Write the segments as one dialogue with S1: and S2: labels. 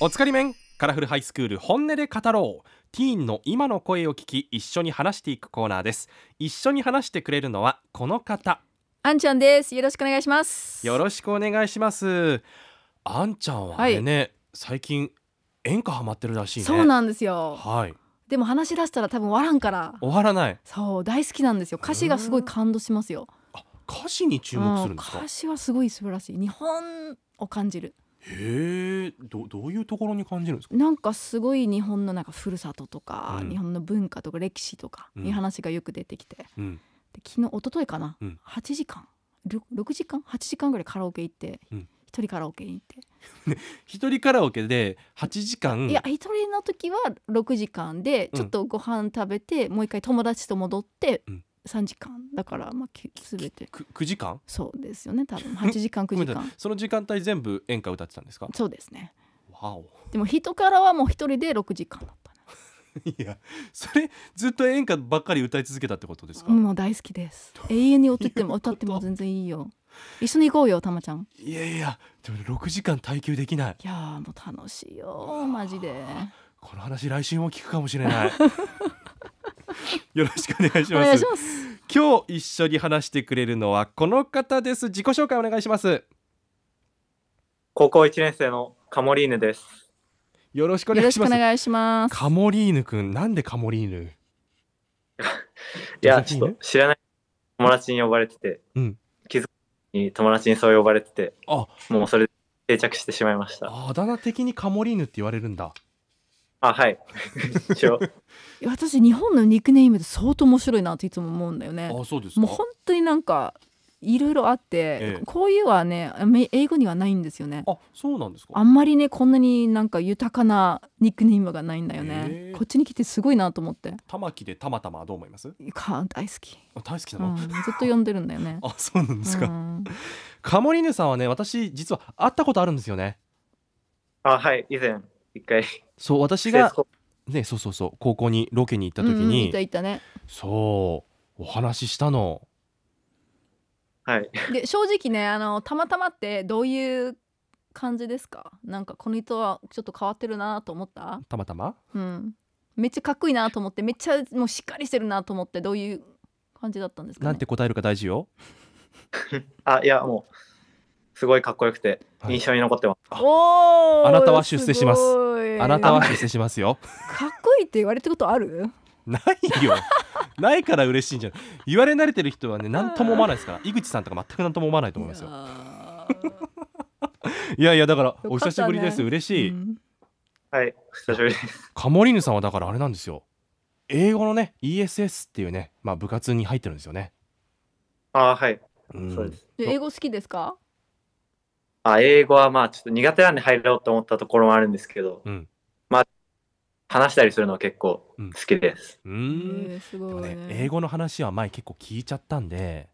S1: おつかり面カラフルハイスクール本音で語ろうティーンの今の声を聞き一緒に話していくコーナーです一緒に話してくれるのはこの方
S2: あんちゃんです。よろしくお願いします。
S1: よろしくお願いしますあんちゃんはね、
S2: はい
S1: ね最近演歌ハマってるらしいね
S2: そうなんですよ。
S1: はい
S2: でも話し出したら多分わらんから。
S1: 終わらない
S2: そう大好きなんですよ。歌詞がすごい感動しますよ。
S1: 歌詞に注目するんです
S2: う
S1: か
S2: 歌詞はすごい素晴らしい。日本を感じる。
S1: へえどどういうところに感じるんですか
S2: なんかすごい日本のなんか故郷とか、
S1: うん
S2: 日本の文化とか歴史とか
S1: うん
S2: いう話がよく出てきて、
S1: うん
S2: で昨日一昨日かな、
S1: うん
S2: 8時間ろ6時間8時間ぐらいカラオケ行って、
S1: うん
S2: 一人カラオケに行って、
S1: 一人カラオケで8時間
S2: いや一人の時は6時間で
S1: うん
S2: ちょっとご飯食べて、もう一回友達と戻って
S1: うん
S2: 3時間だからまあき全て
S1: く9時間
S2: そうですよね 多分8時間
S1: ごめ
S2: 9
S1: ん
S2: 時
S1: なさ
S2: 間
S1: いその時間帯全部演歌歌ってたんですか
S2: そうですね
S1: わお
S2: でも人からはもう一人で6時間だったね
S1: いやそれずっと演歌ばっかり歌い続けたってことですか、
S2: もう大好きです永遠に歌っても
S1: ど
S2: 歌
S1: ういうこと
S2: っても全然いい よ一緒に行こうよたまちゃん
S1: いやいやでも6時間耐久できない
S2: いやーもう楽しいよマジで
S1: この話来週も聞くかもしれ ないよろしくお願いし
S2: お
S1: ます
S2: 願いします
S1: 今日一緒に話してくれるのはこの方です自己紹介お願いします
S3: 高校1年生のカモリーヌです。
S1: よろしくお
S2: よ
S1: 願
S2: ろ
S1: い
S2: し
S1: し
S2: く
S1: ま
S2: お
S1: す
S2: 願いします
S1: カモリーヌくんなんでカモリーヌ
S3: いや、
S1: カ
S3: ち
S1: モ
S3: ょ
S1: リーヌ
S3: っと知らない友達に呼ばれてて、
S1: うん
S3: 気づかずに友達にそう呼ばれてて、
S1: あ
S3: もうそれで定着してしまいました。
S1: ああだ名的にカモリーヌって言われるんだ
S3: あ、はい。一 応、
S2: 私日本のニックネームって相当面白いなっていつも思うんだよね
S1: あそうですか
S2: もう本当になんかいろいろあって、
S1: ええ
S2: こういうはねあめ英語にはないんですよね
S1: あそうなんですか
S2: あんまりねこんなになんか豊かなニックネームがないんだよね、
S1: ええ
S2: こっちに来てすごいなと思って
S1: 玉木でたまたまはどう思います
S2: か大好き、
S1: あ大好き
S2: う
S1: なの、
S2: ん、ずっと呼んでるんだよね
S1: あそうなんですか、
S2: うん
S1: カモリーヌさんはね私実は会ったことあるんですよね
S3: あ、はい。以前、一回、
S1: そう私
S3: 施設
S1: が
S3: 訪
S1: ねそうそうそう高校にロケに行った時
S2: うんうん
S1: に、
S2: いたいたね
S1: そうお話ししたの
S3: はい。
S2: で正直ねあのたまたまってどういう感じですかなんかこの人はちょっと変わってるなと思った
S1: たまたま
S2: うんめっちゃかっこいいなと思ってめっちゃもうしっかりしてるなと思ってどういう感じだったんですか、ね、
S1: なんて答えるか大事よ
S3: あ、いや、もう、すごいかっこよくて、
S1: はい
S3: 印象に残ってま
S2: おー
S1: あなたは出世します
S2: ごい
S1: あなたは出世しますよ
S2: かっこいいって言われたことある
S1: ないよ ないから嬉しいんじゃない言われ慣れてる人はね何とも思わないですから井口さんとか全く何とも思わないと思いますよいやいやだから
S2: たね
S1: お久しぶりです嬉
S2: い
S1: しい、
S2: やーうん
S3: す。はい。久しぶりです。
S1: カモリーヌさんはだからあれなんですよ英語のね ESS っていうねまあ部活に入ってるんですよね、
S3: あ、はい。
S1: うん
S3: そうです。
S2: で英語好きですか
S3: あ、英語はまあ、ちょっと苦手なんで入ろうと思ったところもあるんですけど、
S1: うん
S3: まあ、話したりするのは結構
S1: うん
S3: 好きです。
S1: う
S2: え
S1: ん
S2: ーす
S1: でも
S2: ごい
S1: ね
S2: ね
S1: 英語の話は前結構聞いちゃったんで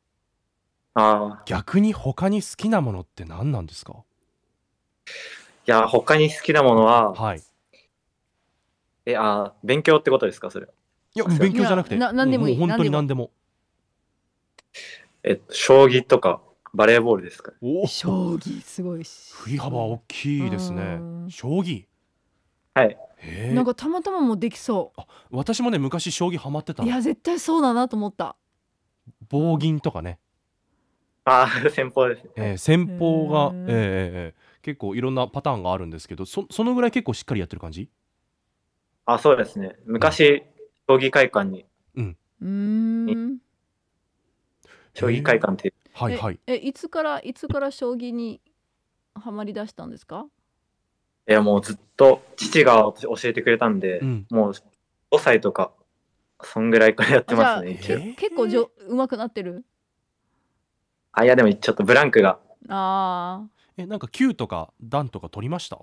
S3: ああ、
S1: 逆に他に好きなものって何なんですか
S3: いや、他に好きなものは、
S1: はい
S3: え、あー、勉強ってことですか、それは。
S1: いや
S3: そう
S1: 勉強じゃなくて
S2: いやな何でもいいう
S1: 本当に何でも
S3: えっと、将棋とか、バレーボールですかね。
S1: お
S2: 将棋すごいし
S1: 振り幅大きいですね
S2: うん
S1: 将棋
S3: はい
S1: へ
S2: なん
S1: え
S2: かたまたまもできそ
S1: 私もね昔将棋ハマってた
S2: うい
S1: の
S2: や絶対そうだなと思った
S1: 棒銀とかね
S3: あ あ、先方ですね。
S1: えー戦法が
S2: へー
S1: えーえーえー結構いろんなパターンがあるんですけどそそのぐらい結構しっかりやってる感じ
S3: あ、そうですね。昔、将棋会館に、
S2: うーん
S3: 将棋会館っていう、
S1: はいはい
S2: ええいつからいつから将棋にはまり出したんですか
S3: いや、もうずっと、父が教えてくれたんで、
S1: うん
S3: もう5歳とか、そんぐらいからやってますね、
S1: あ
S3: 一
S1: じゃ
S3: 応
S1: あ。えー
S2: 結構じょ上手くなってる
S3: あ、いや、でもちょっとブランクが、
S2: あ
S1: えなんか球とか段とか取りました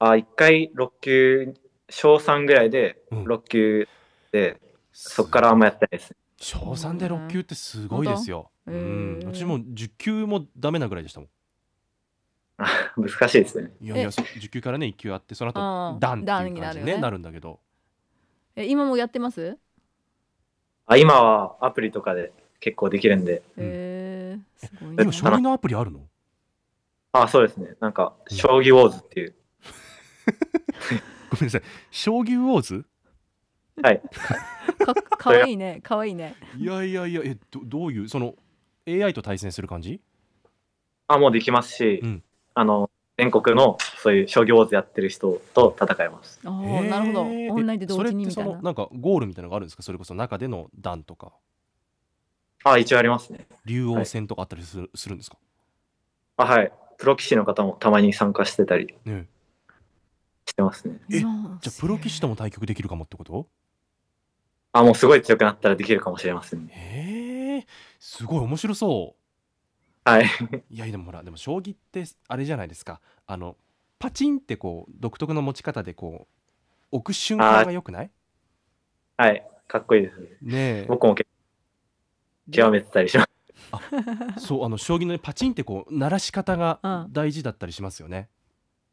S3: あ、1回6級、小3ぐらいで、
S1: うん
S3: 6級で、そっからあんまやってないですね。
S1: 小三で六級ってすごいですよ。う
S2: 本
S1: ん、
S2: 当へー
S1: 私も十級もダメなぐらいでしたも
S3: あ難しいですね。
S1: ん。いやいや、
S2: え
S1: そ十級からね一級あってその
S2: あ
S1: 後
S2: ー
S1: 段っていう
S2: 段
S1: 感
S2: になる
S1: じ
S2: よ
S1: に、
S2: ね
S1: ね、なるんだけど。
S2: ーえ今もやってます
S3: あ、今はアプリとかで結構できるんで、
S2: えー、すごい ね
S1: 今将棋のアプリあるの？
S3: あ、そうですね。なんか、
S1: うん
S3: 将棋ウォーズっていう、
S1: ごめんなさい将棋ウォーズ
S2: かかわいいねかわいいね
S1: いやいやいやえどどういうその AI と対戦する感じ
S3: あ、もうできますし、
S1: うん
S3: あの、全国のそういう商業ーズやってる人と戦います。
S2: ああなるほど
S1: へー
S2: オンラインで同時に
S1: え
S2: みたい
S1: それってそ
S2: な
S1: のなんかゴールみたいなのがあるんですかそれこそ中での段とか
S3: あ、一応ありますね。
S1: 竜王戦とかあったりする,、するんですか
S3: あ、はい。プロ棋士の方もたまに参加してたり
S1: ねえ
S3: してますね。
S1: え
S2: なん
S1: じゃ
S2: す
S1: あプ
S2: ね
S1: ロ棋士とも対局できるかもってこと
S3: あ、もうすごい強くなったらできるかもしれませんね。
S1: へえすごい面白そう
S3: はい。
S1: いやでもほらでも将棋ってあれじゃないですかあのパチンってこう独特の持ち方でこう置く瞬間が良くない
S3: はい。かっこいいですね。
S1: ねえ
S3: 僕も結構極めてたりします。
S1: そうあの将棋のねパチンってこう鳴らし方が
S2: うん
S1: 大事だったりしますよね、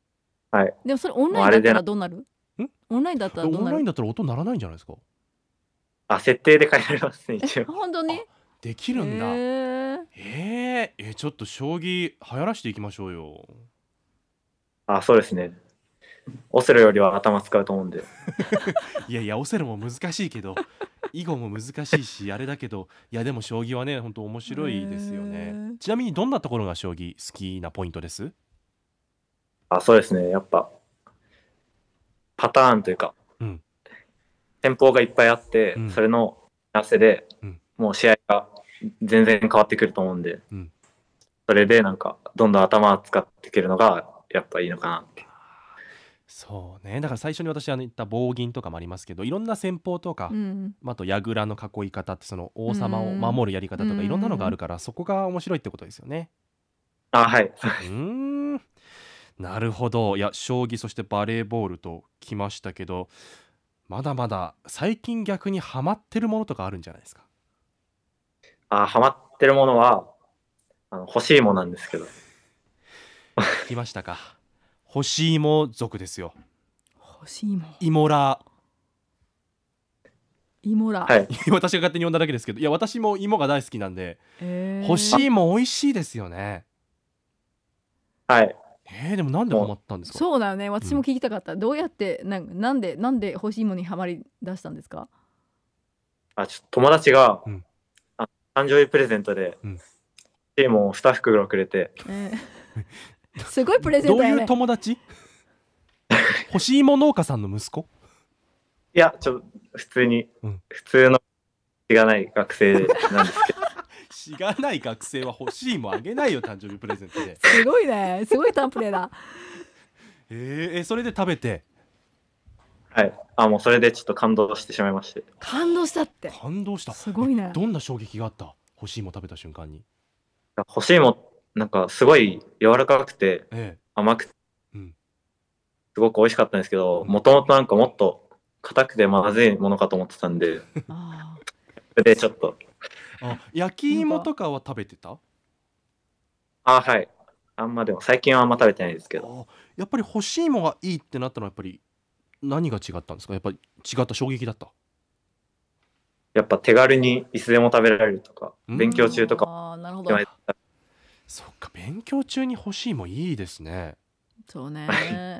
S2: でもそれオンラインだったらどうなる
S1: あれで
S2: オンラインだったらどう
S1: オン
S2: な
S1: ライン
S2: る
S1: だったら音鳴らないんじゃないですか
S3: あ、設定で変えられますね、
S2: え
S3: 一 応。
S2: 本当に
S1: できるんだ
S2: へ
S1: へ
S2: ー
S1: ええちょっと将棋流行らしていきましょうよ
S3: あ、そうですね。オセロよりは頭使うと思うんで。
S1: いやいやオセロも難しいけど 囲碁も難しいしあれだけどいやでも将棋はね本当面白いですよ
S2: へ
S1: ね
S2: ー
S1: ちなみにどんなところが将棋好きなポイントです
S3: あ、そうですね。やっぱ、パターンというか、
S1: うん
S3: 戦法がいっぱいあって、
S1: うん
S3: それの合わせで、
S1: うん
S3: もう試合が全然変わってくると思うんで、
S1: うん
S3: それでなんか、どんどん頭を使っていけるのが、やっぱいいのかなって。
S1: そうねだから最初に私あの言った棒銀とかもありますけどいろんな戦法とか、
S2: うん
S1: まああと矢倉の囲い方ってその王様を守るやり方と
S2: うん
S1: かいろんなのがあるからそこが面白いってことですよね。
S3: あ、はい。
S1: うーんなるほどいや将棋そしてバレーボールときましたけどまだまだ最近逆にハマってるものとかあるんじゃないですか
S3: あ、ハマってるものは、あの欲しいものなんですけど、
S1: 聞きましたか干し芋族ですよ
S2: 欲しいもん
S1: イモラ
S2: 芋ら
S3: はい。
S1: 私が勝手に呼んだだけですけどいや私も芋が大好きなんで
S2: へー
S1: 干し芋美味しいですよね
S3: はい。
S1: えー、でもなんでハマったんですか
S2: そうだよね私も聞きたかった、どうやってなんなんでなんで欲しいものにはまり出したんですか
S3: あ、ちょっと友達が、
S1: うん
S3: あ誕生日プレゼントで、
S1: うん
S3: チームを2袋くれて、
S2: えーすごいプレゼン
S1: どう
S2: トや
S1: いう
S2: ね
S1: 友達 干し芋農家さんの息子
S3: いや、ちょっと、普通に、
S1: うん
S3: 普通の、しがない学生なん ですけど、
S1: しがない学生は欲しいもあげないよ誕生日プレゼントで
S2: すごいねすごいタンプレーだ
S1: えーえそれで食べて
S3: はい。あ、もうそれでちょっと感動してしまいまして。
S2: 感動したって
S1: 感動した
S2: すごいね
S1: えどんな衝撃があった干し芋食べた瞬間に
S3: 欲しいも、なんかすごい柔らかくて
S1: え
S3: 甘くて、
S1: うん
S3: すごく美味しかったんですけど、
S1: うん
S3: もともとなんかもっと硬くてまずいものかと思ってたんで、
S2: あー
S3: それでちょっと、
S1: えあ焼き芋とかは食べてた
S3: あ、はい。あんまでも最近はあんま食べてないですけど、
S1: あやっぱり欲しいもがいいってなったのはやっぱり何が違ったんですかやっぱり違った衝撃だった
S3: やっぱ手軽にいつでも食べられるとか、
S1: うん
S3: 勉強中とか
S2: あーなるほ
S3: も
S2: ど
S1: そっか勉強中に欲しいもいいですね
S2: そうね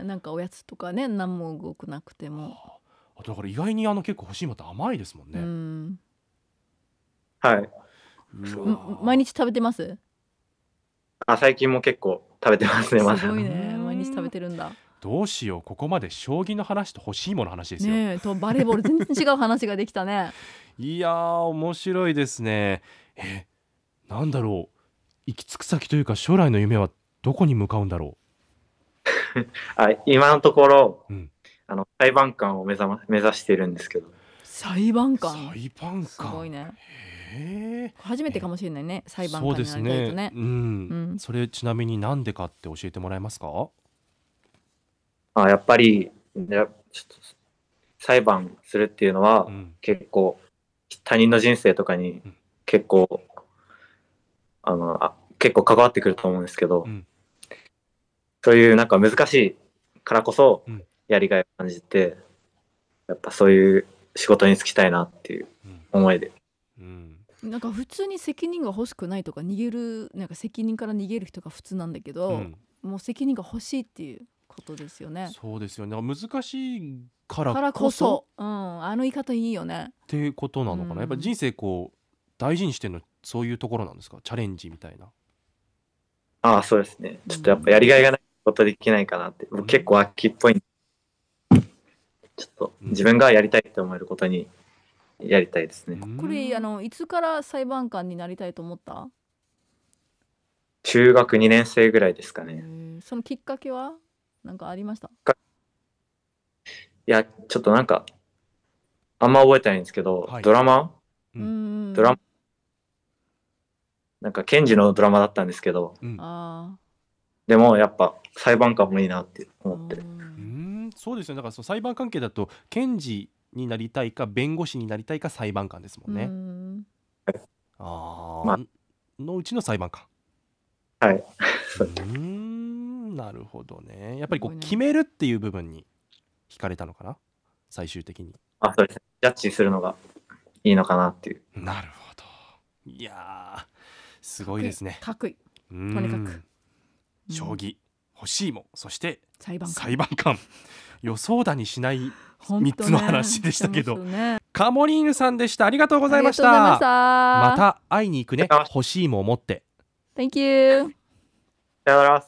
S2: なんかおやつとかね何も動くなくても、
S1: ああとだから意外にあの結構欲しいもって甘いですもん
S2: う
S1: ね、
S2: ん
S3: はい。
S1: うわ
S2: ん
S1: ー
S2: 毎日食べてます
S3: あ、最近も結構食べてますね、まだ
S2: す。ごいね
S1: うん
S2: 毎日食べてるんだ
S1: どうしようここまで将棋の話と欲しいもの話ですよ、
S2: ねえとバレーボール全然違う話ができたね
S1: いやー面白いですねえなんだろう行き着く先というか将来の夢はどこに向かうんだろ
S3: あ今のところ、
S1: うん
S3: あの裁判官を目指,、ま、目指しているんですけど
S2: 裁判
S1: う
S2: 官
S1: 裁判官
S2: すごいね
S1: へ
S2: これ初めてかもしれないね
S1: え
S2: 裁判官になりたいとね
S1: うん、
S2: うん
S1: それちなみになんでかって教えてもらえますか
S3: あやっぱりやちょっと裁判するっていうのは、
S1: うん
S3: 結構他人の人生とかに
S1: うん
S3: 結構、あのあ結構関わってくると思うんですけど、
S1: うん
S3: そういうなんか難しいからこそ
S1: うん
S3: やりがいを感じて、やっぱそういう仕事に就きたいなっていう
S1: うん
S3: 思いで
S1: うん
S2: なんか普通に責任が欲しくないとか逃げるなんか責任から逃げる人が普通なんだけど、
S1: うん
S2: もう責任が欲しいっていうことですよね。
S1: そうですよねだから難しいから
S2: からこ
S1: こそ
S2: そ、うん、あの言い方いいよね。
S1: っていうことなのかな、
S2: うん
S1: やっぱ人生こう大事にしてるのそういうところなんですかチャレンジみたいな
S3: ああ、そうですね。ちょっとやっぱやりがいがないことできないかなって。僕結構秋っぽいんで。ちょっと自分がやりたいって思えることにやりたいですね。
S2: これあのいつから裁判官になりたいと思った？
S3: 中学2年生ぐらいですか
S2: え
S3: ね。
S2: ーそのきっかけはなんかありました？
S3: いや、ちょっとなんか、あんま覚えてないんですけど、
S1: はい
S3: ドラマ
S1: うん
S2: うん
S3: ドラマなんか、検事のドラマだったんですけど、
S1: うん
S2: あ
S3: でもやっぱ裁判官もいいなって
S2: あ、
S3: 思って
S2: う。ん
S1: うんそうですよねだからその裁判関係だと検事になりたいか弁護士になりたいか裁判官ですもんね、
S2: うん
S1: ああ、
S3: まあ
S1: のうちの裁判官
S3: はいう
S1: ーんなるほどねやっぱりこ
S2: すご
S1: う
S2: いね
S1: 決めるっていう部分に惹かれたのかな最終的に
S3: あ、そうですね。ジャッジするのがいいのかなっていう。
S1: なるほどいやーすごいですね
S2: かっこいい。
S1: と
S2: とにかくうん
S1: 将棋欲しいもそして
S2: 裁判官。
S1: 裁判官予想だにしない
S2: ほんとね
S1: 三つの話でしたけど
S2: してますね
S1: カモリーヌさんでしたありがとうご
S2: ありがとうご
S1: ざいました
S2: ざい
S1: ま
S2: ました。
S1: た会いに行くね
S3: ありがとうございま
S1: 欲しいもを持って
S2: Thank you.
S3: さよなら。